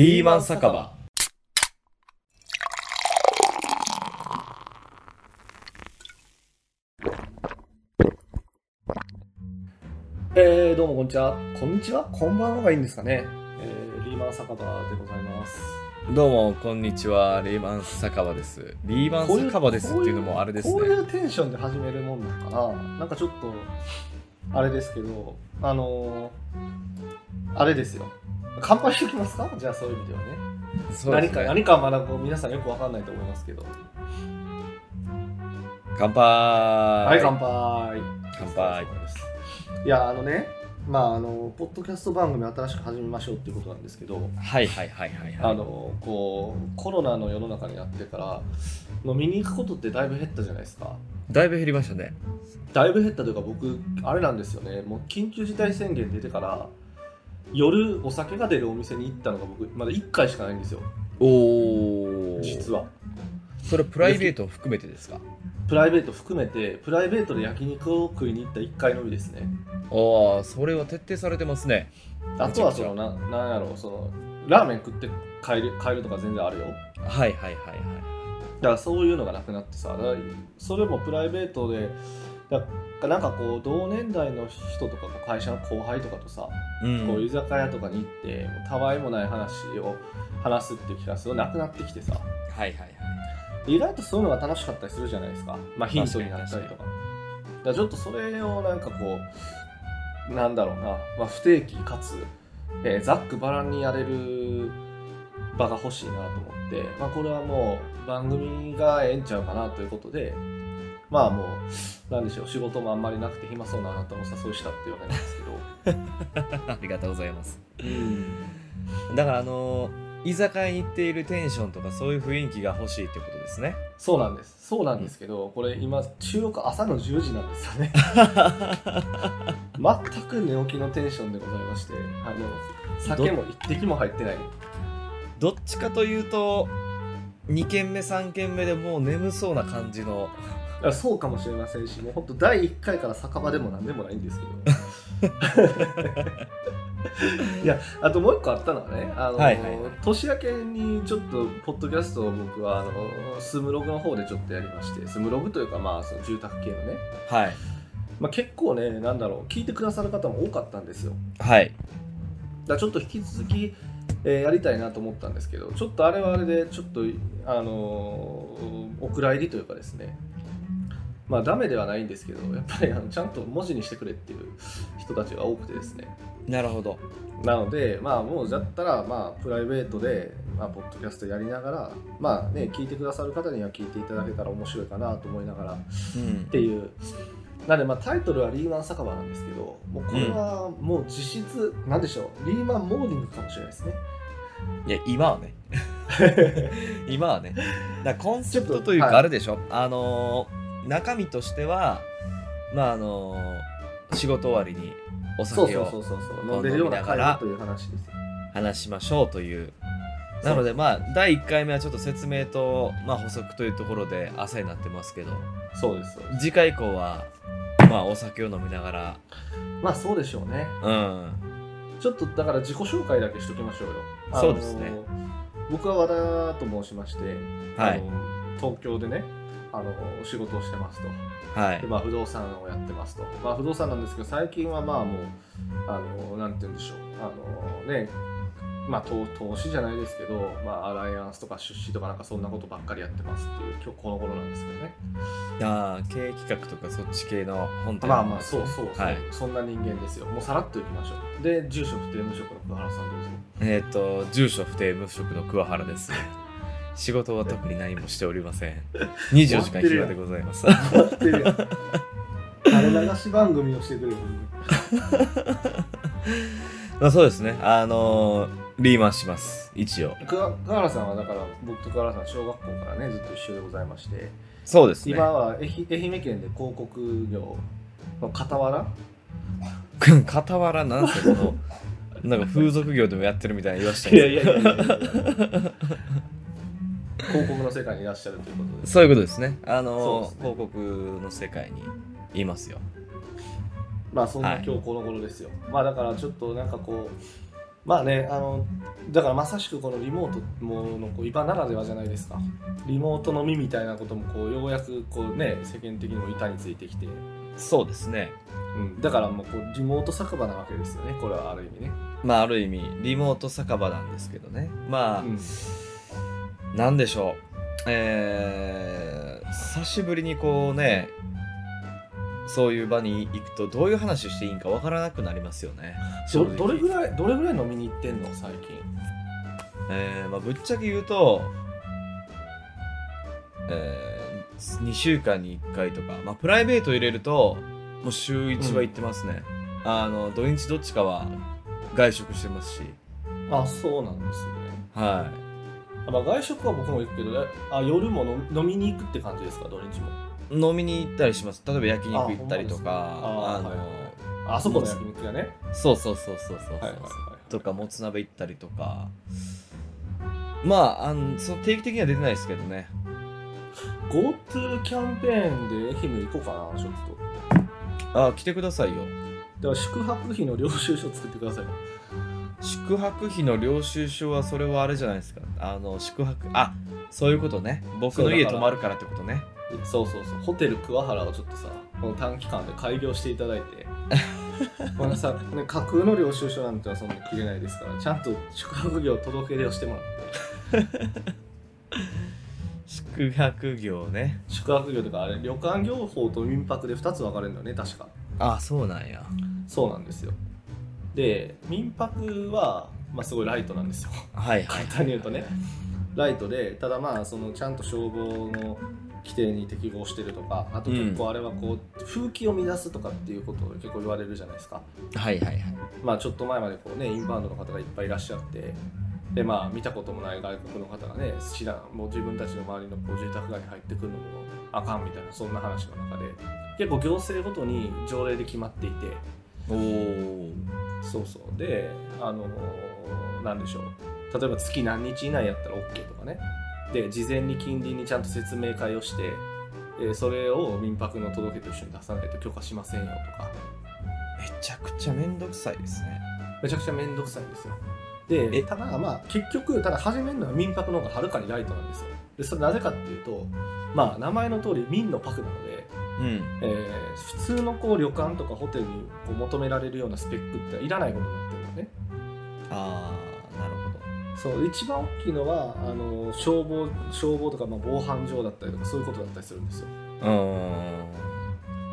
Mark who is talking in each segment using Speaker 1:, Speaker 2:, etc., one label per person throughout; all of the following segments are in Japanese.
Speaker 1: リーマン酒場えー、どうもこんにちはこんにちはこんばんはがいいんですかね、えー、リーマン酒場でございます
Speaker 2: どうもこんにちはリーマン酒場ですリーマン酒場ですっていうのもあれです
Speaker 1: こうい
Speaker 2: ね
Speaker 1: うテンションで始めるもんなんかななんかちょっとあれですけどあのー、あれですよ乾杯しておきますかじゃあそういう意味ではね
Speaker 2: そうで
Speaker 1: 何
Speaker 2: す
Speaker 1: か
Speaker 2: ね
Speaker 1: 何か学ぶ皆さんよくわかんないと思いますけど
Speaker 2: 乾
Speaker 1: はい、
Speaker 2: 杯
Speaker 1: 乾杯。
Speaker 2: 乾杯。
Speaker 1: いや、あのね、まあ、あの、ポッドキャスト番組新しく始めましょうっていうことなんですけど。
Speaker 2: はいはいはいはい
Speaker 1: あ
Speaker 2: は
Speaker 1: の、こう、コロナの世の中になってから。飲みに行くことってだいぶ減ったじゃないですか。
Speaker 2: いだいぶ減りましたね
Speaker 1: だいぶ減ったというか、僕、あれなんですよね。もう緊急事態宣言出てから。夜お酒が出るお店に行ったのが僕まだ1回しかないんですよ
Speaker 2: おお
Speaker 1: 実は
Speaker 2: それプライベートを含めてですか
Speaker 1: プライベート含めてプライベートで焼肉を食いに行った1回のみですね
Speaker 2: ああそれは徹底されてますね
Speaker 1: あとはそのななんやろうそのラーメン食って帰る帰るとか全然あるよ
Speaker 2: はいはいはいは
Speaker 1: だからそういうのがなくなってさだからそれもプライベートでだからなんかこう同年代の人とか会社の後輩とかとさ、
Speaker 2: いうん
Speaker 1: こう居酒屋とかに行ってもうたわいもない話を話すっていう機会がすごいなくなってきてさ
Speaker 2: はいはいはい
Speaker 1: 意外とそういうのが楽しかったりするじゃないですか、まあ、ヒントになったりとかだからちょっとそれをなんかこうなんだろうな、まあ、不定期かつ、えーざっくばらんにやれる場が欲しいなと思って、まあ、これはもう番組がええんちゃうかなということでまあもうなんでしょう仕事もあんまりなくて暇そうなあなたをお誘いしたっていうわけなんですけど
Speaker 2: ありがとうございますだからあのー居酒屋に行っているテンションとかそういう雰囲気が欲しいってことですね
Speaker 1: そうなんですそうなんですけどこれ今収録朝の10時なんですよね全く寝起きのテンションでございましてあの酒も一滴も入ってない
Speaker 2: どっちかというと2軒目3軒目でもう眠そうな感じの
Speaker 1: あそうかもしれませんしもうほんと第1回から酒場でも何でもないんですけど いやあともう一個あったのはねあの、
Speaker 2: はいはいはい
Speaker 1: 年明けにちょっとポッドキャストを僕はあのスムログの方でちょっとやりましてスムログというかまあその住宅系のね、
Speaker 2: はい
Speaker 1: まあ、結構ねなんだろう聞いてくださる方も多かったんですよ
Speaker 2: はい
Speaker 1: だからちょっと引き続き、えーやりたいなと思ったんですけどちょっとあれはあれでちょっと、あのーお蔵入りというかですねまあダメではないんですけどやっぱりあのちゃんと文字にしてくれっていう人たちが多くてですね
Speaker 2: なるほど
Speaker 1: なのでまあもうだったらまあプライベートで、まあ、ポッドキャストやりながらまあね聞いてくださる方には聞いていただけたら面白いかなと思いながら
Speaker 2: うん
Speaker 1: っていうなんでまあタイトルは「リーマン酒場」なんですけどもうこれはもう実質、なんでしょうリーマンモーニングかもしれないですね
Speaker 2: いや今はね 今はねだからコンセプトという
Speaker 1: ち
Speaker 2: か
Speaker 1: ょっとはい
Speaker 2: あれでしょ、あのー中身としてはまああのー仕事終わりにお
Speaker 1: そう
Speaker 2: 酒
Speaker 1: そうそ
Speaker 2: を
Speaker 1: うそうそう飲んでるような会話という話ですよ
Speaker 2: 話しましょうというなのでまあ第1回目はちょっと説明と、まあ、補足というところで朝になってますけど
Speaker 1: そうですそうです
Speaker 2: 次回以降はまあお酒を飲みながら
Speaker 1: まあそうでしょうね
Speaker 2: うん
Speaker 1: ちょっとだから自己紹介だけしときましょうよあの
Speaker 2: そうですね
Speaker 1: 僕は和田と申しまして、
Speaker 2: は
Speaker 1: あ
Speaker 2: い
Speaker 1: の東京でねあの仕事をしてますと
Speaker 2: は
Speaker 1: で、
Speaker 2: い
Speaker 1: まあ、不動産をやってますと、まあ、不動産なんですけど最近はまあもうあのなんて言うんでしょうあのねまあ投投資じゃないですけど、まあ、アライアンスとか出資とかなんかそんなことばっかりやってますっていう今日この頃なんですけどね
Speaker 2: あー経営企画とかそっち系の本とか
Speaker 1: まあまあそうそうそう、
Speaker 2: はい
Speaker 1: そんな人間ですよもうさらっといきましょうで住所不定無職の桑原さんどうぞ
Speaker 2: えっ、と住所不定無職の桑原です 仕事は特に何もしておりません24時間暇でござい ます
Speaker 1: やってるやん垂れ流し番組をしてくれる
Speaker 2: まあそうですねあのーリーマンします一応
Speaker 1: 桑桑原さんはだから僕と桑原さん小学校からねずっと一緒でございまして
Speaker 2: そうですね
Speaker 1: 今は愛媛愛媛県で広告業の傍ら
Speaker 2: 傍らなんせそ のなんか風俗業でもやってるみたいな言わした
Speaker 1: い
Speaker 2: ん
Speaker 1: や
Speaker 2: で
Speaker 1: いやいやいやいや広告の世界にいらっしゃるということです
Speaker 2: そういうことですねあのー
Speaker 1: そうですね
Speaker 2: 広告の世界にいますよ
Speaker 1: まあそんな
Speaker 2: はい
Speaker 1: 今日この頃ですよ、まあだからちょっとなんかこうまあねあのだからまさしくこのリモートものこう今ならではじゃないですかリモート飲みみたいなこともこうようやくこうね世間的にも板についてきて、
Speaker 2: そうですね
Speaker 1: うん、だからもうこうリモート酒場なわけですよねこれはある意味ね、
Speaker 2: まあある意味リモート酒場なんですけどねまあ、
Speaker 1: うん
Speaker 2: なんでしょうえー久しぶりにこうねそういう場に行くとどういう話していいんかわからなくなりますよね、正
Speaker 1: ど
Speaker 2: 直
Speaker 1: どれぐらいどれぐらい飲みに行ってんの最近
Speaker 2: えーまあ、ぶっちゃけ言うと、え2週間に1回とか、まあ、プライベート入れるともう週1は行ってますね、あの土日どっちかは外食してますし
Speaker 1: あそうなんですよね
Speaker 2: は
Speaker 1: あまあ、外食は僕も行くけどあ夜も飲み飲みに行くって感じですか土日も
Speaker 2: い飲みに行ったりします例えば焼肉行ったりとかあ
Speaker 1: あほんまです
Speaker 2: の、
Speaker 1: ねああそこの焼肉屋ね
Speaker 2: そうそうそうそうそうそう、
Speaker 1: はいはいはい
Speaker 2: とかもつ鍋行ったりとかまああのその定期的には出てないですけどね
Speaker 1: GoTo キャンペーンで愛媛行こうかなちょっ
Speaker 2: あ来てくださいよ
Speaker 1: とだから宿泊費の領収書作ってくださいよ
Speaker 2: 宿泊費の領収書はそれはあれじゃないですかあの宿泊あそういうことね僕の家
Speaker 1: そうだから
Speaker 2: 泊まるからってことね
Speaker 1: そうそうそうホテル桑原をちょっとさこの短期間で開業していただいて このさ、ね、架空の領収書なんてはそんな切れないですからちゃんと宿泊業届け出をしてもらって
Speaker 2: 宿泊業ね
Speaker 1: 宿泊業とかあれ旅館業法と民泊で2つ分かれるんだよね確か
Speaker 2: あそうなんや
Speaker 1: そうなんですよで民泊は、まあ、すごいライトなんですよ
Speaker 2: はいはい
Speaker 1: 簡単に言うとねライトでただまあそのちゃんと消防の規定に適合してるとかあと結構あれはこう、風紀を乱すとかっていうことを結構言われるじゃないですか
Speaker 2: はいはいはい
Speaker 1: まあちょっと前までこうねインバウンドの方がいっぱいいらっしゃってでまあ見たこともない外国の方がね知らんもう自分たちの周りのこう住宅街に入ってくるのもあかんみたいなそんな話の中で結構行政ごとに条例で決まっていて
Speaker 2: おお
Speaker 1: そうそうであのーなんでしょう例えば月何日以内やったら OK とかねで事前に近隣にちゃんと説明会をして、えーそれを民泊の届けと一緒に出さないと許可しませんよとか
Speaker 2: めちゃくちゃめんどくさいですね
Speaker 1: めちゃくちゃ面倒くさいんですよで
Speaker 2: え
Speaker 1: ただまあ結局ただ始めるのは民泊の方がはるかにライトなんですよでそれなぜかっていうとまあ名前の通り民の泊なので、
Speaker 2: うん
Speaker 1: えー普通のこう旅館とかホテルにこう求められるようなスペックっていらないことになってるのね
Speaker 2: ああなるほど
Speaker 1: そう一番大きいのはあの消防消防とかまあ防犯上だったりとかそういうことだったりするんですよ
Speaker 2: うー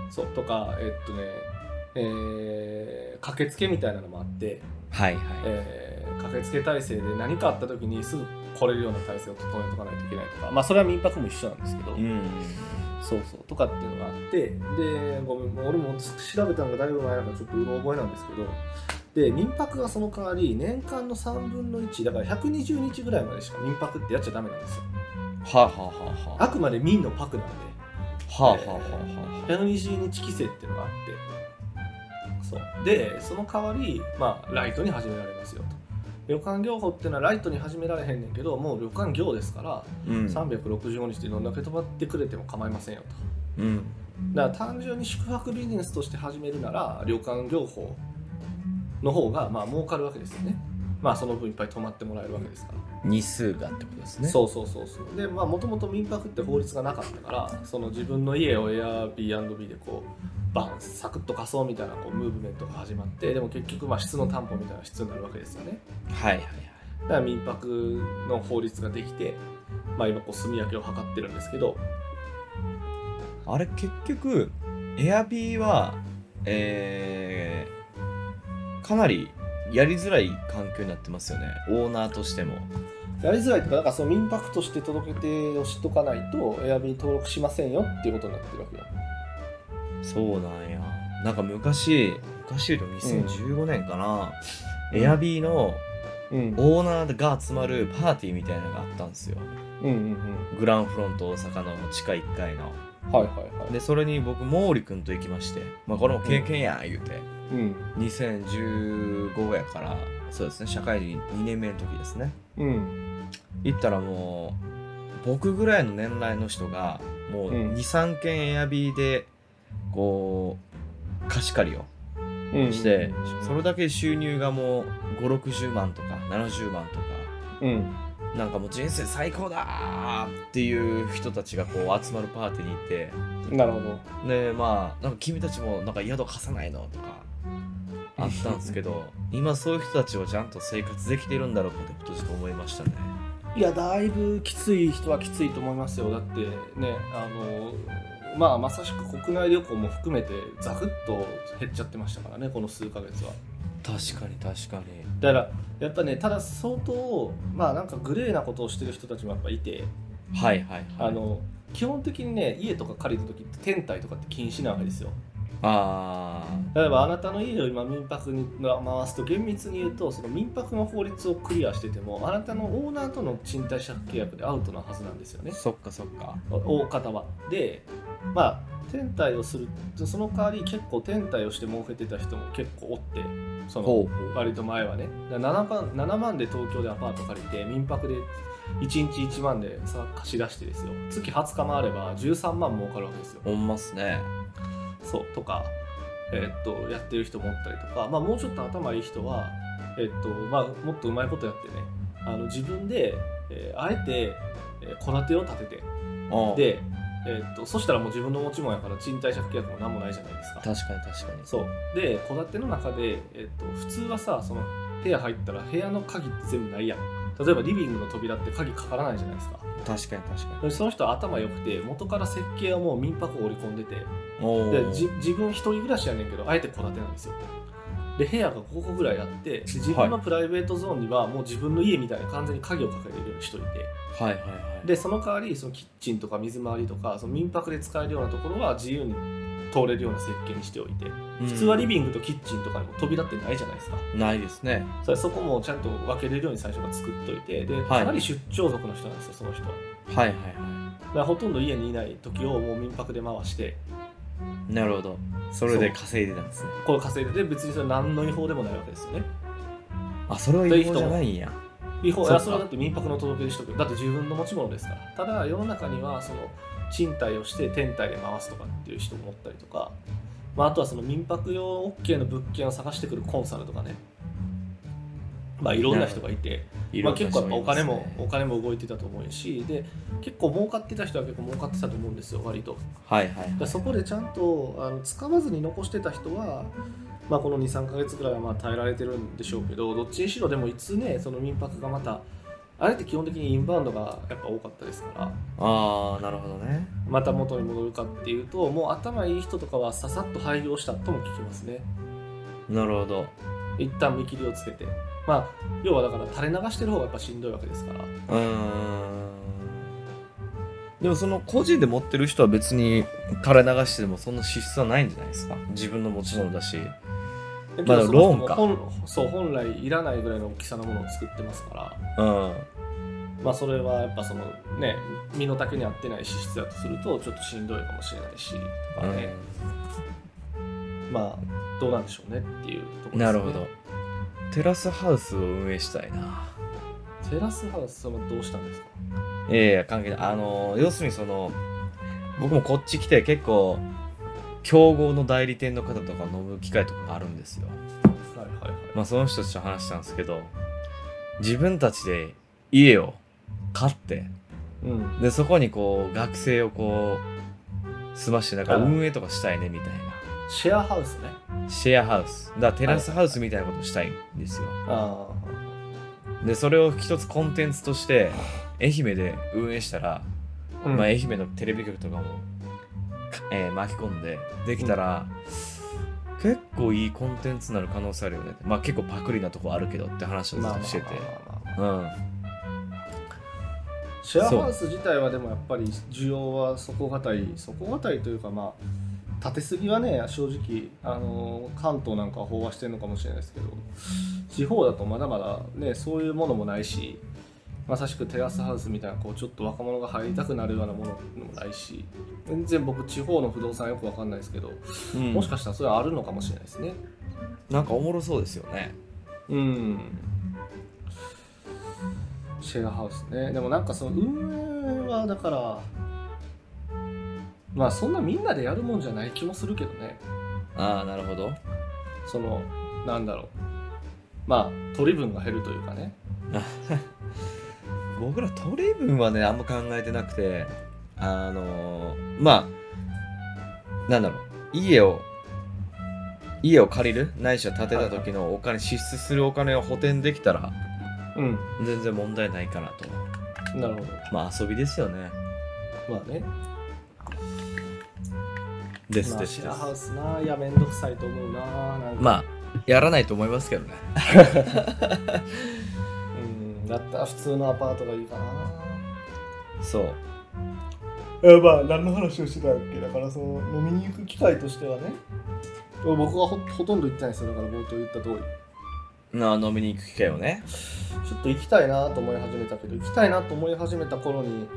Speaker 2: ん
Speaker 1: そうとかえっとねえー駆けつけみたいなのもあって
Speaker 2: はいはい、
Speaker 1: えー駆けつけ体制で何かあった時にすぐ来れるような体制を整えとかないといけないとかまあそれは民泊も一緒なんですけど、
Speaker 2: うん
Speaker 1: そうそうとかっていうのがあってでごめん俺も調べたのがだいぶ前なんかちょっとうろ覚えなんですけどで民泊がその代わり年間の3分の1だから120日ぐらいまでしか民泊ってやっちゃダメなんですよ
Speaker 2: はあ、はあはあはあ
Speaker 1: あくまで民の泊なんで
Speaker 2: はあはあはあはあ
Speaker 1: 120日規制っていうのがあってそうでその代わり、まあ、ライトに始められますよと旅館業法っていうのはライトに始められへんねんけどもう旅館業ですから、
Speaker 2: うん
Speaker 1: 365日でどんだけ泊まってくれても構いませんよと
Speaker 2: うん
Speaker 1: だから単純に宿泊ビジネスとして始めるなら旅館業法の方がまあ儲かるわけですよねまあその分いっぱい泊まってもらえるわけですから
Speaker 2: 日数がってことですね
Speaker 1: そうそうそうそうでまあもともと民泊って法律がなかったからその自分の家を Airbnb でこうバンサクッと貸そうみたいなこうムーブメントが始まってでも結局まあ質の担保みたいな質になるわけですよね
Speaker 2: はいはいはい
Speaker 1: だから民泊の法律ができて、まあ、今こう住み分けを図ってるんですけど
Speaker 2: あれ結局エアビーはえーかなりやりづらい環境になってますよねオーナーとしても
Speaker 1: やりづらいとかだからその民泊として届けてをしとかないと Airb に登録しませんよっていうことになってるわけよ
Speaker 2: そうなんやなんか昔昔と2015年かな、エアビーの
Speaker 1: うん
Speaker 2: オーナーが集まるパーティーみたいなのがあったんですよ
Speaker 1: うんうん
Speaker 2: グランフロント大阪の地下1階の
Speaker 1: うんはいはいはい
Speaker 2: でそれに僕毛利君と行きましてまあこれも経験や言うて、
Speaker 1: うん
Speaker 2: 2015やからそうですね社会人2年目の時ですね
Speaker 1: うん
Speaker 2: 行ったらもう僕ぐらいの年代の人がもう
Speaker 1: うん
Speaker 2: 23軒エアビーでこう貸し借りを
Speaker 1: うん
Speaker 2: して、それだけ収入がもう560万とか70万とか
Speaker 1: うん
Speaker 2: なんかもう人生最高だーっていう人たちがこう集まるパーティーに行って
Speaker 1: なるほど
Speaker 2: でまあなんか君たちもなんか宿貸さないのとかあったんですけ ど今そういう人たちをちゃんと生活できてるんだろうかってことをちょっと思いましたね
Speaker 1: いやだいぶきつい人はきついと思いますよだってねあのまあまさしく国内旅行も含めてザクッと減っちゃってましたからねこの数ヶ月は
Speaker 2: 確かに確かに
Speaker 1: だからやっぱねただ相当まあなんかグレーなことをしてる人たちもやっぱいて
Speaker 2: はいはいはい
Speaker 1: あの基本的にね家とか借りた時って天体とかって禁止なわけですよ
Speaker 2: あ
Speaker 1: 例えばあなたの家を今民泊に回すと厳密に言うとその民泊の法律をクリアしててもあなたのオーナーとの賃貸借契約でアウトなはずなんですよ
Speaker 2: ー
Speaker 1: ね
Speaker 2: そっかそっか
Speaker 1: 大方は。でまあ天体をするその代わり結構天体をして儲けてた人も結構おってその
Speaker 2: うほ
Speaker 1: 割と前はねだから7万 ,7 万で東京でアパート借りて民泊で1日1万でさ貸し出してですよ月20日もあれば13万儲かるわけですよ
Speaker 2: ほんますね
Speaker 1: そうとか、えーっとやってる人もおったりとか、まあ、もうちょっと頭いい人は、えーっとまあ、もっとうまいことやってねあの自分で、えーあえてえー戸建てを建てて
Speaker 2: うん
Speaker 1: で、えーっとそしたらもう自分の持ち物やから賃貸借契約も何もないじゃないですか
Speaker 2: 確かに確かに
Speaker 1: そうで戸建ての中で、えっと普通はさその部屋入ったら部屋の鍵って全部ないやん例えばリビングの扉って鍵かからないじゃないですか
Speaker 2: 確かに確か
Speaker 1: でその人は頭良くて元から設計はもう民泊を織り込んでて
Speaker 2: にお
Speaker 1: で
Speaker 2: ー
Speaker 1: じ自分一人暮らしやねんけどあえて戸建てなんですよで部屋が5個ぐらいあってで自分のプライベートゾーンにはもう自分の家みたいに完全に鍵をかけてるようにしといて
Speaker 2: はいはいはい
Speaker 1: でその代わりそのキッチンとか水回りとかその民泊で使えるようなところは自由に通れるような設計にしておいて
Speaker 2: うん
Speaker 1: 普通はリビングとキッチンとかにも扉ってないじゃないですか。
Speaker 2: ないですね
Speaker 1: それそこもちゃんと分けれるように最初から作っといて、で、
Speaker 2: い
Speaker 1: かなり出張族の人なんですよ、その人は。
Speaker 2: はいはいは
Speaker 1: だからほとんど家にいない時をもう民泊で回して、
Speaker 2: いなるほどそれで稼いでたんですね
Speaker 1: これ稼いでて、別にそれ何の違法でもないわけですよね。
Speaker 2: あそれは
Speaker 1: という
Speaker 2: 違法
Speaker 1: 人も
Speaker 2: じゃないんや
Speaker 1: 違法、い
Speaker 2: そっか
Speaker 1: やそれはだって民泊の届け出しとく。だって自分の持ち物ですから。ただ、世の中には、その、賃貸をして天体で回すとかっていう人もおったりとか、まあ、あとはその民泊用 OK の物件を探してくるコンサルとかね、まあ、いろんな人がいて、
Speaker 2: い
Speaker 1: ま
Speaker 2: ろ
Speaker 1: あ、
Speaker 2: んな
Speaker 1: 結構やっぱお金
Speaker 2: 人い
Speaker 1: も、
Speaker 2: ますね
Speaker 1: お金も動いてたと思うしで結構儲かってた人は結構儲かってたと思うんですよ割とだか
Speaker 2: はいはいはい
Speaker 1: らそこでちゃんとあの使わずに残してた人は、まあ、この23か月ぐらいはまあ耐えられてるんでしょうけどどっちにしろでもいつねその民泊がまたあれって基本的にインバウンドがやっぱ多かったですから
Speaker 2: ああなるほどね
Speaker 1: また元に戻るかっていうともう頭いい人とかはささっと廃業したとも聞きますね
Speaker 2: なるほど
Speaker 1: 一旦見切りをつけてまあ要はだから垂れ流してる方がやっぱしんどいわけですから
Speaker 2: うーんでもその個人で持ってる人は別に垂れ流してでもそんな支出はないんじゃないですか自分の持ち物だし
Speaker 1: で
Speaker 2: まあ
Speaker 1: けどその人
Speaker 2: ローンか
Speaker 1: も本そう本来いらないぐらいの大きさのものを作ってますから、
Speaker 2: うん
Speaker 1: まあ、それはやっぱそのね身の丈に合ってない資質だとするとちょっとしんどいかもしれないしとかね、まあどうなんでしょうねっていうところです、
Speaker 2: うん
Speaker 1: ね、
Speaker 2: なるほどテラスハウスを運営したいな
Speaker 1: テラスハウスそのどうしたんですか
Speaker 2: いやいや関係ないあの要するにその僕もこっち来て結構競合の代理店の方とか飲む機会とかがあるんですよ
Speaker 1: はいはいはい、
Speaker 2: まあその人たちと話したんですけど自分たちで家を買って
Speaker 1: うん
Speaker 2: でそこにこう学生をこう済ましてなんか
Speaker 1: あ
Speaker 2: 運営とかしたいねみたい
Speaker 1: シェアハウスね
Speaker 2: なシェアハウスだからテラスハウスみたいなことしたいんですよ
Speaker 1: あ
Speaker 2: でそれを一つコンテンツとして愛媛で運営したら、
Speaker 1: あ、うん
Speaker 2: まあ、愛媛のテレビ局とかも、かえー巻き込んでできたら、結構いいコンテンツになる可能性あるよねってまあ結構パクリなとこあるけどって話をず
Speaker 1: まあ
Speaker 2: っ
Speaker 1: まあ
Speaker 2: としてて
Speaker 1: まあまあまあまあ
Speaker 2: うん
Speaker 1: シェアハウス自体はでもやっぱり需要は底堅い底堅いというかまあ縦すぎはね正直あの関東なんかは飽和してるのかもしれないですけど地方だとまだまだねそういうものもないしまさしくテラスハウスみたいなこうちょっと若者が入りたくなるようなものもないし全然僕地方の不動産よくわかんないですけど
Speaker 2: うん
Speaker 1: もしかしたらそれはあるのかもしれないですね
Speaker 2: なんかおもろそうですよね
Speaker 1: うんシェアハウスねでもなんかその運営はだからまあそんなみんなでやるもんじゃない気もするけどね
Speaker 2: ああなるほど
Speaker 1: そのなんだろうまあ取り分が減るというかね
Speaker 2: 僕ら取り分はねあんま考えてなくてあのーまあなんだろう家を家を借りるないしは建てた時のお金支出するお金を補填できたら
Speaker 1: うん
Speaker 2: 全然問題ないかなと
Speaker 1: なるほ
Speaker 2: まあ遊びですよね
Speaker 1: どまあね
Speaker 2: です
Speaker 1: ま
Speaker 2: で
Speaker 1: あ
Speaker 2: す
Speaker 1: シ
Speaker 2: で
Speaker 1: ェア
Speaker 2: す
Speaker 1: ハウスないやめんどくさいと思うななんか
Speaker 2: まあやらないと思いますけどね
Speaker 1: うんだったら普通のアパートがいいかな
Speaker 2: そう
Speaker 1: えまあ何の話をしてたっけだからその飲みに行く機会としてはね僕はほほとんど行ってないんですよだから冒頭言った通り
Speaker 2: なあ飲みに行く機会をね
Speaker 1: ちょっと行きたいなと思い始めたけど行きたいなと思い始めた頃に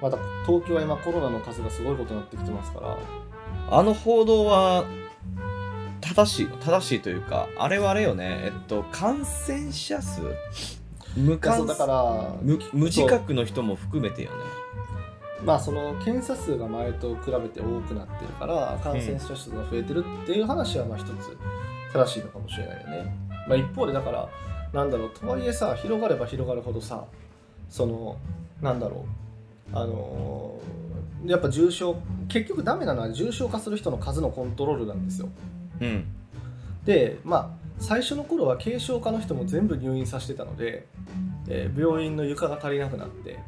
Speaker 1: また東京は今コロナの数がすごいことになってきてますから
Speaker 2: あの報道は正しい正しいというかあれはあれよねえっと感染者数無
Speaker 1: そう
Speaker 2: 感
Speaker 1: だから
Speaker 2: 無無自覚の人も含めてよね
Speaker 1: まあその検査数が前と比べて多くなってるから感染者数が増えてるっていう話はまあ一つ正しいのかもしれないよね。まあ、一方でだからなんだろうとはいえさ広がれば広がるほどさそのなんだろうあのーやっぱ重症結局ダメなのは重症化する人の数のコントロールなんですよ。
Speaker 2: うん
Speaker 1: でまあ最初の頃は軽症化の人も全部入院させてたので、えー病院の床が足りなくなって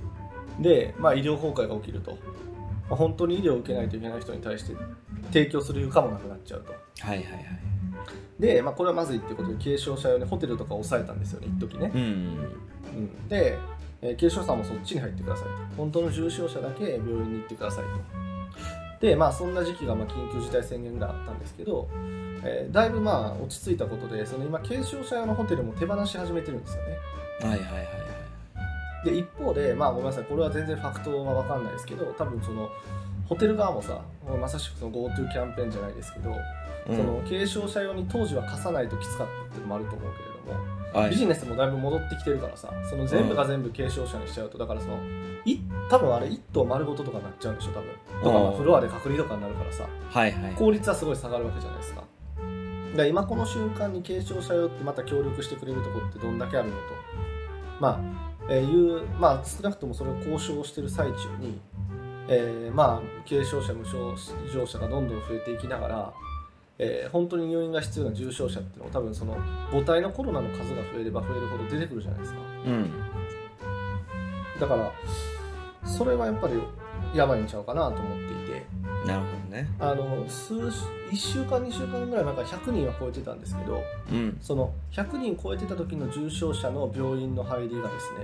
Speaker 1: で、まあ、医療崩壊が起きると、まあ本当に医療を受けないといけない人に対して提供する床もなくなっちゃうと
Speaker 2: はいはいはい
Speaker 1: で、まあ、これはまずいってことで軽症者用にホテルとかを抑えたんですよね一時ね
Speaker 2: う、ん
Speaker 1: うん、で、えー軽症者もそっちに入ってくださいと本当の重症者だけ病院に行ってくださいとでまあそんな時期がまあ緊急事態宣言があったんですけど、えーだいぶまあ落ち着いたことでその今軽症者用のホテルも手放し始めてるんですよね
Speaker 2: はいはいはいはい
Speaker 1: で一方でまあごめんなさいこれは全然ファクトは分かんないですけど多分そのホテル側もさもうまさしくその GoTo キャンペーンじゃないですけど、
Speaker 2: うん
Speaker 1: その軽症者用に当時は貸さないときつかったっていうのもあると思うけれども
Speaker 2: は
Speaker 1: ビ
Speaker 2: い
Speaker 1: ジネスもだいぶ戻ってきてるからさその全部が全部軽症者にしちゃうとだからそのい多分あれ1棟丸ごととかになっちゃうんでしょ多分とかま
Speaker 2: う
Speaker 1: あ
Speaker 2: ん
Speaker 1: フロアで隔離とかになるからさ
Speaker 2: はいはい
Speaker 1: 効率はすごい下がるわけじゃないですかだから今この瞬間に軽症者用ってまた協力してくれるところってどんだけあるのとまあ、えーいうまあ少なくともそれを交渉してる最中に、えーまあ軽症者無症状者がどんどん増えていきながらえー本当に入院が必要な重症者っていうのも多分その母体のコロナの数が増えれば増えるほど出てくるじゃないですか
Speaker 2: うん
Speaker 1: だからそれはやっぱりやばいんちゃうかなと思っていて
Speaker 2: なるほどね
Speaker 1: あの数1週間2週間ぐらい前から100人は超えてたんですけど
Speaker 2: うん
Speaker 1: その100人超えてた時の重症者の病院の入りがですね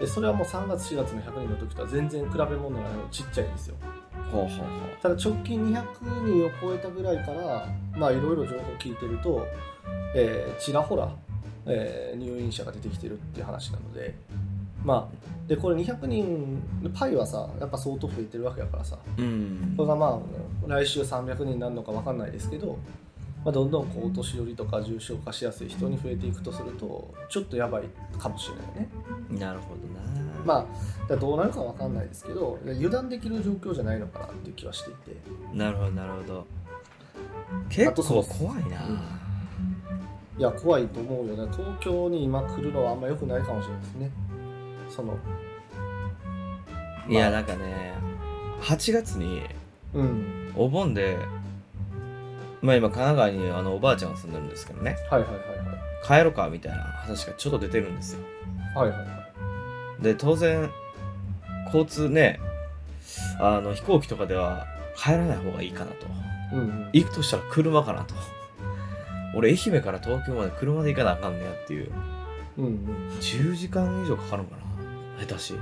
Speaker 1: でそれはもう3月4月の100人の時とは全然比べ物がないのでちっちゃいんですよ
Speaker 2: ほうほうほ
Speaker 1: ただ直近200人を超えたぐらいからまあいろいろ情報聞いてると、えーちらほら、えー入院者が出てきてるっていう話なのでまあでこれ200人パイはさやっぱ相当増えてるわけだからさ
Speaker 2: ううん
Speaker 1: これがまあ来週300人になるのか分かんないですけど、まあ、どんどんこうお年寄りとか重症化しやすい人に増えていくとするとちょっとやばいかもしれないね
Speaker 2: なるほどな
Speaker 1: まあだからどうなるか分かんないですけど油断できる状況じゃないのかなっていう気はしていて
Speaker 2: なるほどなるほど結
Speaker 1: あとそ
Speaker 2: 構
Speaker 1: う
Speaker 2: 怖いな、
Speaker 1: うんいや怖いと思うよね東京に今来るのはあんま良くないかもしれないですねその
Speaker 2: いや
Speaker 1: まあ
Speaker 2: なんかね8月に
Speaker 1: うん
Speaker 2: お盆でまあ今神奈川にあのおばあちゃんが住んでるんですけどね
Speaker 1: はいはいは
Speaker 2: 帰ろうかみたいな話がちょっと出てるんですよ
Speaker 1: いはいはいはいはい
Speaker 2: で当然交通ねあの飛行機とかでは帰らない方がいいかなと
Speaker 1: うんうん
Speaker 2: 行くとしたら車かなと俺愛媛から東京まで車で行かなあかんねやっていう
Speaker 1: うんうん
Speaker 2: 10時間以上かかるのかな下手し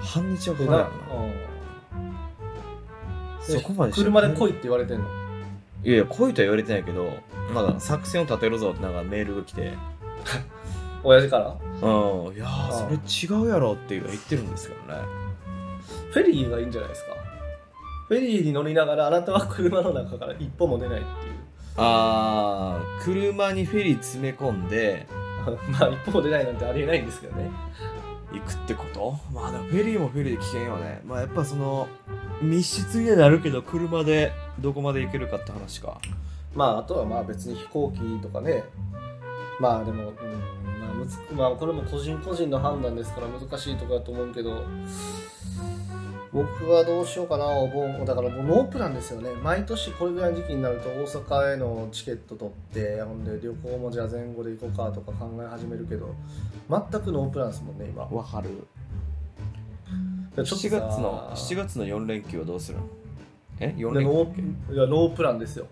Speaker 2: 半日はか
Speaker 1: で
Speaker 2: かる
Speaker 1: な
Speaker 2: の
Speaker 1: あ
Speaker 2: か
Speaker 1: ー
Speaker 2: なそこまでし
Speaker 1: 車で来いって言われてんの
Speaker 2: いやいや、来いとは言われてないけど、なんか作戦を立てるぞってなんかメールが来て、
Speaker 1: 親父から
Speaker 2: うん、いやー、それ違うやろっていうのは言ってるんですけどね。
Speaker 1: フェリーがいいんじゃないですかフェリーに乗りながらあなたは車の中から一歩も出ないっていう
Speaker 2: あー、車にフェリー詰め込んで
Speaker 1: まあ一歩も出ないなんてありえないんですけどね
Speaker 2: 行くってことまあでもフェリーもフェリーで危険よね。まあやっぱその、密室にはなるけど、車でどこまで行けるかって話か。
Speaker 1: まああとはまあ別に飛行機とかねまあでも、うんまあむずまあ、これも個人個人の判断ですから難しいところだと思うけど僕はどうしようかなお盆だからもうノープランですよね毎年これぐらいの時期になると大阪へのチケット取ってほんで旅行もじゃあ前後で行こうかとか考え始めるけど全くノープランですもんね今
Speaker 2: わかる
Speaker 1: ちょっとさ
Speaker 2: 7月の7月の4連休はどうするのえ4
Speaker 1: で
Speaker 2: 連休だ
Speaker 1: ノ
Speaker 2: っけ
Speaker 1: ーいやノープランですよ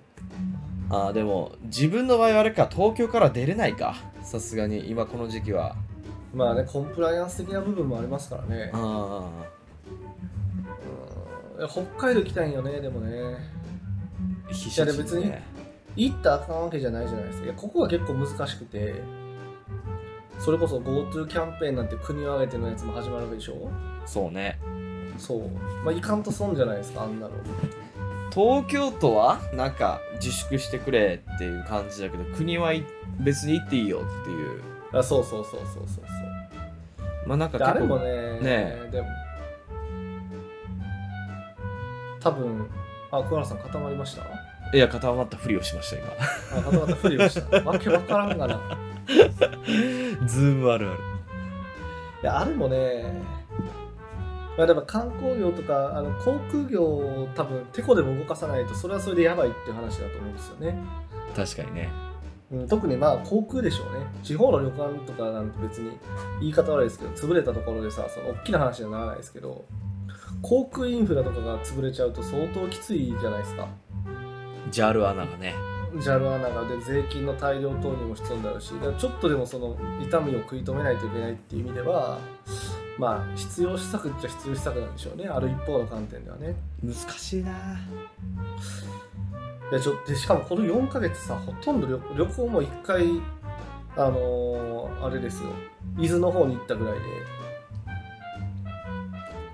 Speaker 2: ああでも自分の場合はあれか東京から出れないかさすがに今この時期は
Speaker 1: まあねコンプライアンス的な部分もありますからね
Speaker 2: あ
Speaker 1: うんいや北海道行きたいんよねでもね
Speaker 2: あ必
Speaker 1: いやでも別に行ったらあかんわけじゃないじゃないですかいやここは結構難しくてそれこそ GoTo キャンペーンなんて国を挙げてのやつも始まるわけでしょ
Speaker 2: そうね
Speaker 1: そうまあいかんと損じゃないですかあんなの
Speaker 2: 東京都はなんか自粛してくれっていう感じだけど国はい別に行っていいよっていう
Speaker 1: あそうそうそうそうそうそう
Speaker 2: まあなんか
Speaker 1: であれ
Speaker 2: 結
Speaker 1: も
Speaker 2: 構
Speaker 1: ね
Speaker 2: ね
Speaker 1: でも多分あ小原さん固まりましたあ
Speaker 2: いや固まったふりをしました今
Speaker 1: 固まったふりをしたわけわからんがな
Speaker 2: ズームあるある
Speaker 1: いやあれもね、まあ、でも観光業とかあの航空業を多分てこでも動かさないとそれはそれでやばいっていう話だと思うんですよね、
Speaker 2: 確かにね
Speaker 1: うん、特にまあ航空でしょうね地方の旅館とかなんて別に言い方悪いですけど潰れたところでさその大きな話にはならないですけど航空インフラとかが潰れちゃうと相当きついじゃないですか
Speaker 2: JAL 穴がね
Speaker 1: JAL アナがで税金の大量投入も必要になるしだからちょっとでもその痛みを食い止めないといけないっていう意味ではまあ必要施策っちゃ必要施策なんでしょうねある一方の観点ではね
Speaker 2: 難しいな
Speaker 1: でちょでしかもこの4ヶ月さほとんど旅旅行も1回あのーあれですよ伊豆の方に行ったぐらいで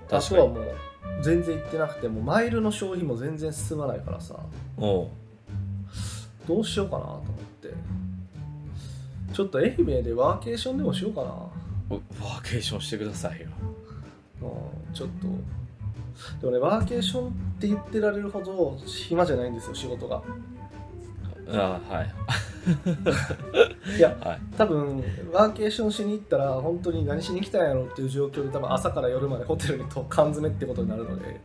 Speaker 1: あ
Speaker 2: 確
Speaker 1: と
Speaker 2: かに
Speaker 1: はもう全然行ってなくてもうマイルの消費も全然進まないからさ
Speaker 2: おう
Speaker 1: どうしようかなと思ってちょっと愛媛でワーケーションでもしようかな
Speaker 2: おワーケーションしてくださいよ
Speaker 1: うんちょっとでもねワーケーションって言ってられるほど暇じゃないんですよ仕事が
Speaker 2: ああはい
Speaker 1: いや
Speaker 2: はい
Speaker 1: 多分ワーケーションしに行ったら本当に何しに来たんやろっていう状況で多分朝から夜までホテルにと缶詰ってことになるので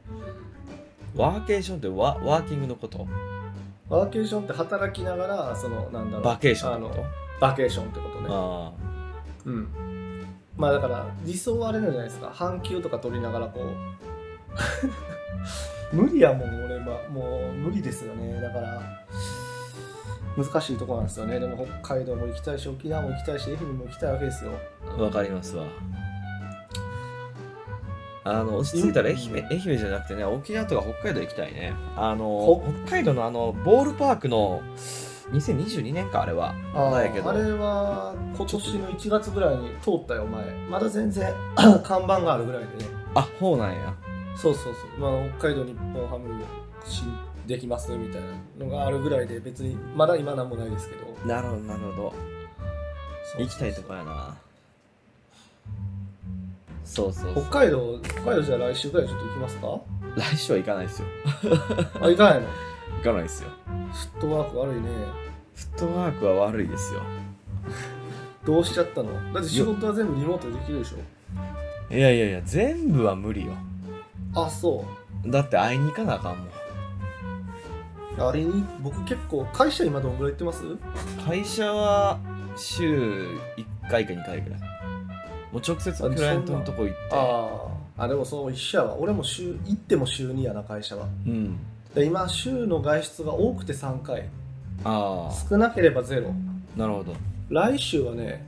Speaker 2: ワーケーションってワワーキングのこと
Speaker 1: ワーケーションって働きながらそのなんだろう
Speaker 2: バケーショ
Speaker 1: あ
Speaker 2: ンの
Speaker 1: の
Speaker 2: こと
Speaker 1: バケーションってことね
Speaker 2: あ
Speaker 1: うん、まあだから理想はあれなんじゃないですか半休とか取りながらこう 無理やもん俺はもう無理ですよねだから難しいとこなんですよねでも北海道も行きたいし沖縄も行きたいし愛媛も行きたいわけですよ
Speaker 2: あわかりますわあの落ち着いたら愛媛愛媛じゃなくてね沖縄とか北海道行きたいねあの
Speaker 1: ほ
Speaker 2: 北海道のあのボールパークの2022年かあれは
Speaker 1: あ
Speaker 2: なんやけど
Speaker 1: あれは今年の1月ぐらいに通ったよ前まだ全然 看板があるぐらいでね
Speaker 2: あほうなんや
Speaker 1: そうそうそう、まあ、北海道日本ハムしできますみたいなのがあるぐらいで別にまだ今なんもないですけど
Speaker 2: なるほどなるほど
Speaker 1: そうそうそう
Speaker 2: 行きたいとこやなそうそうそ
Speaker 1: 北
Speaker 2: う
Speaker 1: 海道、北海道じゃあ来週ぐらいちょっと行きますか
Speaker 2: 来週は行かないですよ
Speaker 1: あ、行かないの
Speaker 2: 行かないですよ
Speaker 1: フットワーク悪いね。
Speaker 2: フットワークは悪いですよ
Speaker 1: どうしちゃったのだって仕事は全部リモートでできるでしょ
Speaker 2: いやいやいや全部は無理よ
Speaker 1: あ、そ
Speaker 2: だって会いに行かなあかんもん
Speaker 1: う。あれに、僕結構、会社今どんぐらい行ってます
Speaker 2: 会社は週1回か2回ぐらいもう直接クライアントのとこ行って
Speaker 1: ああ。あ、でもそう、一社は。俺も週、行っても週2やな、会社は。
Speaker 2: うん
Speaker 1: で今、週の外出が多くて3回。
Speaker 2: ああ
Speaker 1: 少なければゼロ。
Speaker 2: なるほど
Speaker 1: 来週はね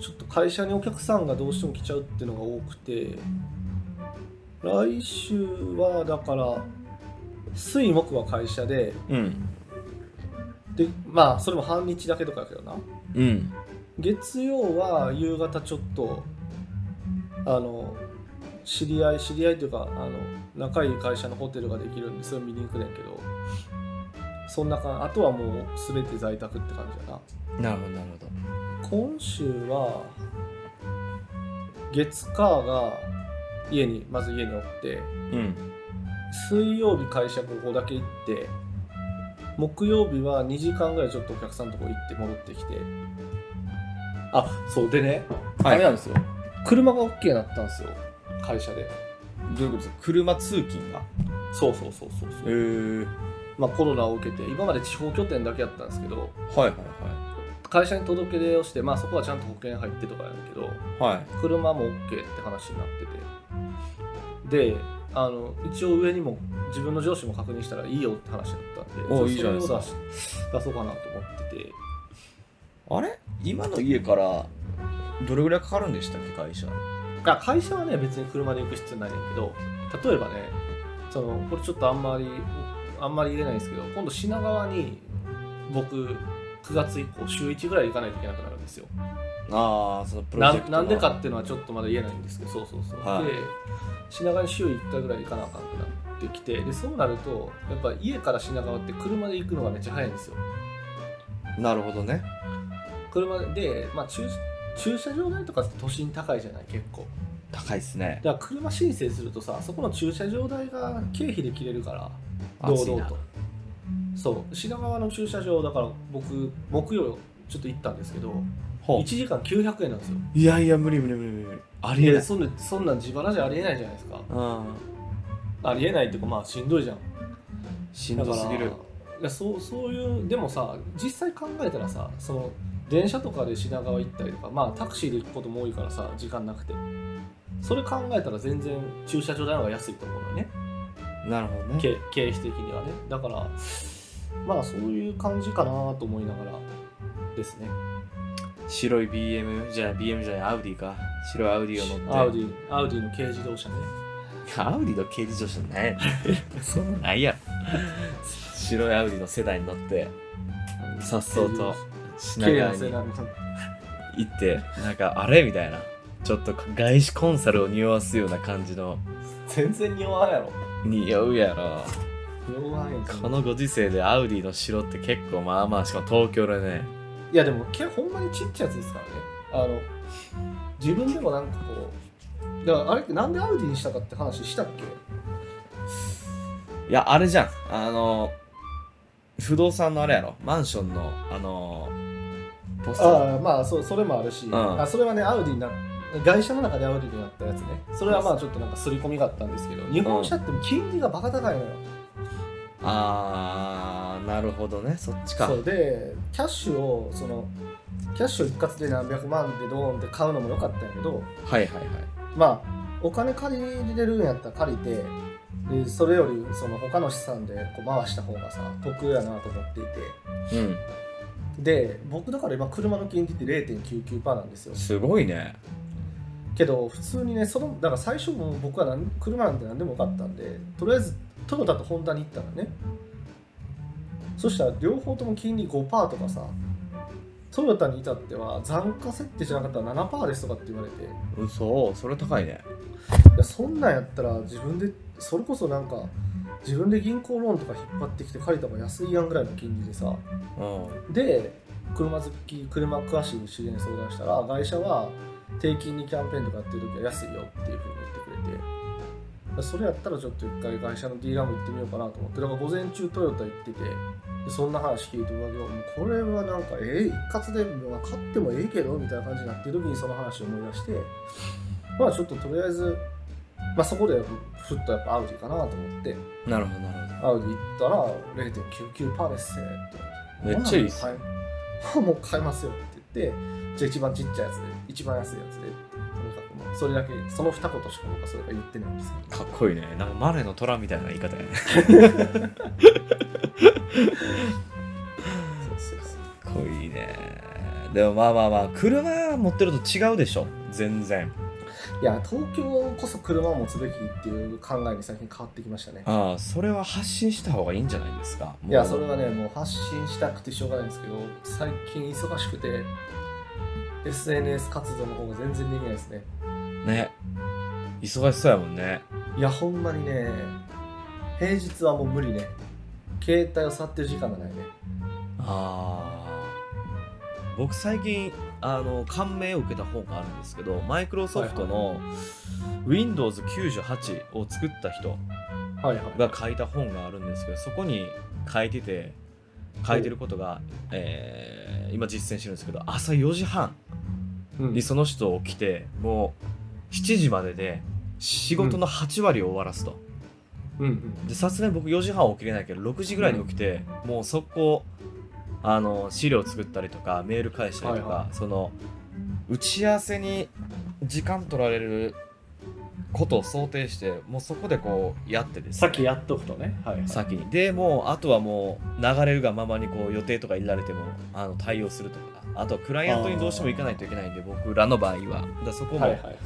Speaker 1: ちょっと会社にお客さんがどうしても来ちゃうっていうのが多くて来週はだから水木は会社で
Speaker 2: うん
Speaker 1: でまあそれも半日だけとかやけどな
Speaker 2: うん
Speaker 1: 月曜は夕方ちょっとあの知り合い知り合いというかあの仲いい会社のホテルができるんでそれ見に行くねんけどそんな感じあとはもう全て在宅って感じだな
Speaker 2: なるほどなるほど
Speaker 1: 今週は月火が家にまず家におって
Speaker 2: うん
Speaker 1: 水曜日会社ここだけ行って木曜日は2時間ぐらいちょっとお客さんのとこ行って戻ってきてあそうでね、
Speaker 2: はい
Speaker 1: あれなんですよ車が OK になったんですよ会社で
Speaker 2: どういうことですか車通勤が
Speaker 1: そうそうそうそうそう、
Speaker 2: え
Speaker 1: まあ、コロナを受けて今まで地方拠点だけやったんですけど
Speaker 2: はいは
Speaker 1: 会社に届け出をして、まあ、そこはちゃんと保険入ってとかやるけど
Speaker 2: いはいはい
Speaker 1: 車も OK って話になっててであの一応上にも自分の上司も確認したらいいよって話だったんで
Speaker 2: お
Speaker 1: ちょ
Speaker 2: いいじゃないですか
Speaker 1: それを出し出そうかなと思ってて
Speaker 2: あれ今の家からどれぐらいかかるんでしたっけ会社
Speaker 1: あ会社はね別に車で行く必要ないねんけど例えばねそのこれちょっとあんまりあんまり言えないんですけど今度品川に僕9月以降週1ぐらい行かないといけなくなるんですよ
Speaker 2: ああそのプ
Speaker 1: な
Speaker 2: ロジェク
Speaker 1: ん
Speaker 2: ト
Speaker 1: な
Speaker 2: の
Speaker 1: んでかっていうのはちょっとまだ言えないんですけどそうそうそう、
Speaker 2: はい
Speaker 1: で品川に週1回ぐらい行かなあかんくなってきてでそうなるとやっぱ家から品川って車で行くのがめっちゃ早いんですよ
Speaker 2: なるほどね
Speaker 1: 車で、まあ、駐駐車場代とかって都心高いじゃない結構
Speaker 2: 高いっすね
Speaker 1: だから車申請するとさそこの駐車場代が経費で切れるから堂々とそう品川の駐車場だから僕木曜ちょっと行ったんですけど
Speaker 2: ほ
Speaker 1: 1時間900円なんですよ
Speaker 2: ういやいや無理無理無理無理ありえな
Speaker 1: で
Speaker 2: い
Speaker 1: そんなそんなん自腹じゃありえないじゃないですか
Speaker 2: うん
Speaker 1: ありえないっていうかまあしんどいじゃん
Speaker 2: しん
Speaker 1: だか
Speaker 2: ど
Speaker 1: ら
Speaker 2: すぎる
Speaker 1: いやそうそういうでもさ実際考えたらさその電車とかで品川行ったりとかまあタクシーで行くことも多いからさ時間なくてそれ考えたら全然駐車場代の方が安いと思うのよね
Speaker 2: なるほどね
Speaker 1: 経経費的にはねだからまあそういう感じかなと思いながらですね
Speaker 2: 白い BM じゃあ BM じゃないアウディか白いアウディを乗って
Speaker 1: アウディアウディの軽自動車ね
Speaker 2: アウディの軽自動車ない やろそんなんないやろ白いアウディのセダンに乗ってさっそうと品
Speaker 1: 軽
Speaker 2: 川
Speaker 1: な
Speaker 2: に
Speaker 1: セダン
Speaker 2: 行ってなんかあれみたいなちょっと外資コンサルを匂わすような感じの
Speaker 1: 全然匂わんやろ
Speaker 2: 匂うやろ
Speaker 1: 匂わんやん
Speaker 2: このご時世でアウディの白って結構まあまあしかも東京でね
Speaker 1: いやでもけほんまにちっちゃいやつですからねあの自分でもなんかこうだからあれってなんでアウディにしたかって話したっけ
Speaker 2: いやあれじゃんあの不動産のあれやろマンションのあのポスト
Speaker 1: ああまあそそれもあるし、
Speaker 2: うん
Speaker 1: あそれはねアウディな会社の中でアウディになったやつねそれはまあちょっとなんか刷り込みがあったんですけど日本車って金利がバカ高いのよ、
Speaker 2: あーなるほどねそっちか
Speaker 1: そうでキャッシュをそのキャッシュを一括で何百万でドーンって買うのも良かったんやけど
Speaker 2: はいはいはい
Speaker 1: まあお金借りれるんやったら借りてでそれよりその他の資産でこう回した方がさ得やなと思っていて
Speaker 2: うん
Speaker 1: で僕だから今車の金利って0.99%なんですよ
Speaker 2: すごいね
Speaker 1: けど普通にねそのだから最初もう僕は何車なんて何でもよかったんでとりあえずトヨタとホンダに行ったらねそしたら両方とも金利5%とかさトヨタに至っては残価設定じゃなかったら7%ですとかって言われて
Speaker 2: 嘘それ高いね
Speaker 1: いやそんなんやったら自分でそれこそなんか自分で銀行ローンとか引っ張ってきて借りた方が安いやんぐらいの金利でさ
Speaker 2: うん
Speaker 1: で車好き車詳しい知り合いに相談したら会社は低金利キャンペーンとかやってる時は安いよっていうふうに言ってくれてそれやったらちょっと一回会社の D ラム行ってみようかなと思ってだから午前中トヨタ行っててでそんな話聞いてうわでももうこれはなんかええ一括でまあ買ってもええけどみたいな感じになってる時にその話を思い出してまあちょっととりあえず、まあ、そこでふっとやっぱアウディかなと思って
Speaker 2: なるほどなる
Speaker 1: アウディ行ったら0.99%ですねって
Speaker 2: ほどめっちゃいいっす
Speaker 1: はいもう買い ますよって言って、じゃあ一番ちっちゃいやつで、一番安いやつでって、とにかくもう、それだけ、その二言しか僕はそれが言ってないんですよ。
Speaker 2: かっこいいねなんかマレーの虎みたいな言い方やねかっこいいねでもまあまあまあ車持ってると違うでしょ全然
Speaker 1: いや、東京こそ車を持つべきっていう考えに最近変わってきましたね。
Speaker 2: ああそれは発信した方がいいんじゃないですかもう
Speaker 1: いや、それはね、もう発信したくてしょうがないんですけど、最近忙しくて、SNS 活動の方が全然できないですね。
Speaker 2: ね忙しそうやもんね
Speaker 1: いや、ほんまにね、平日はもう無理ね。携帯を触ってる時間がないね。
Speaker 2: ああ僕最近あの感銘を受けた本があるんですけどマイクロソフトの Windows98 を作った人
Speaker 1: はいはい。
Speaker 2: が書いた本があるんですけどそこに書いてて書いてることが、えー今実践してるんですけど朝4時半
Speaker 1: うん
Speaker 2: にその人起きてもう7時までで仕事の8割を終わらすと。
Speaker 1: うんうん
Speaker 2: でさすがに僕4時半は起きれないけど6時ぐらいに起きて、もう速攻あの資料作ったりとかメール返したりとか、
Speaker 1: はいは
Speaker 2: その打ち合わせに時間取られることを想定してもうそこでこうやってですね、
Speaker 1: さっきやっとくとね。はい、はい。
Speaker 2: 先にでもうあとはもう流れるがままにこう予定とか入れられてもあの対応するとかあとはクライアントにどうしても行かないといけないんで僕らの場合はだからそこも、
Speaker 1: はいはいはい。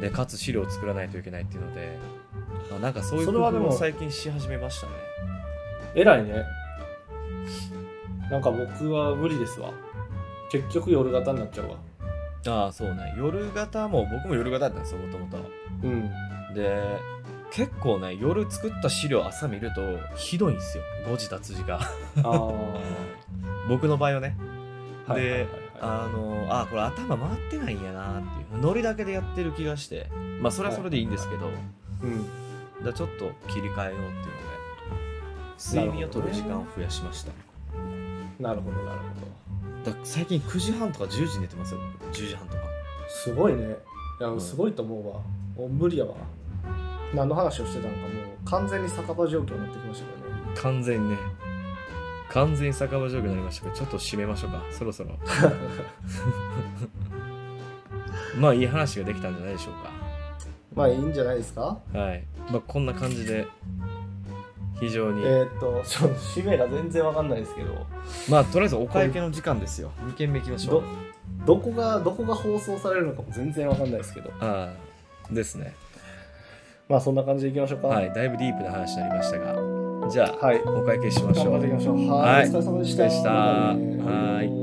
Speaker 2: でかつ資料を作らないといけないっていうので、まあ、なんかそういう
Speaker 1: そ
Speaker 2: こ
Speaker 1: れ
Speaker 2: と
Speaker 1: はでも
Speaker 2: を最近し始めましたね
Speaker 1: 偉いね。なんか僕は無理ですわ。結局夜型になっちゃうわ。
Speaker 2: ああそうね夜型も僕も夜型だったんですよもともと
Speaker 1: うん。
Speaker 2: で結構ね夜作った資料朝見るとひどいんですよ誤字脱字が
Speaker 1: ああ。は
Speaker 2: 僕の場合はね
Speaker 1: いはいはい
Speaker 2: で
Speaker 1: はい
Speaker 2: あのあーこれ頭回ってないんやなーっていうノリだけでやってる気がしてまあそれはそれでいいんですけど、
Speaker 1: うん。
Speaker 2: だからちょっと切り替えようっていうので睡眠をとる時間を増やしました、
Speaker 1: なるほどなるほど。
Speaker 2: だから最近9時半とか10時に寝てますよ10時半とか
Speaker 1: すごいね。いや、
Speaker 2: うん
Speaker 1: すごいと思うわ。もう無理やわ。何の話をしてたのかもう完全に酒場状況になってきましたけどね。
Speaker 2: 完全にね完全に酒場状況になりましたけどちょっと締めましょうかそろそろまあいい話ができたんじゃないでしょう
Speaker 1: まあいいんじゃないですか
Speaker 2: かはいまあこんな感じで非常
Speaker 1: え
Speaker 2: に、
Speaker 1: ーっと、ちょっと使命が全然わかんないですけど、
Speaker 2: まあとりあえずお会計の時間ですよ2軒目行きましょう
Speaker 1: どどこが、どこが放送されるのかも全然わかんないですけど、
Speaker 2: ああですね
Speaker 1: まあそんな感じでいきましょうか。
Speaker 2: はいだいぶディープな話になりましたがじゃあ、
Speaker 1: はい
Speaker 2: お会計しまし
Speaker 1: 頑
Speaker 2: ょ
Speaker 1: 張っていき
Speaker 2: う
Speaker 1: ましょう。
Speaker 2: は
Speaker 1: はいい、お疲れ様でした。
Speaker 2: でした
Speaker 1: またね
Speaker 2: はい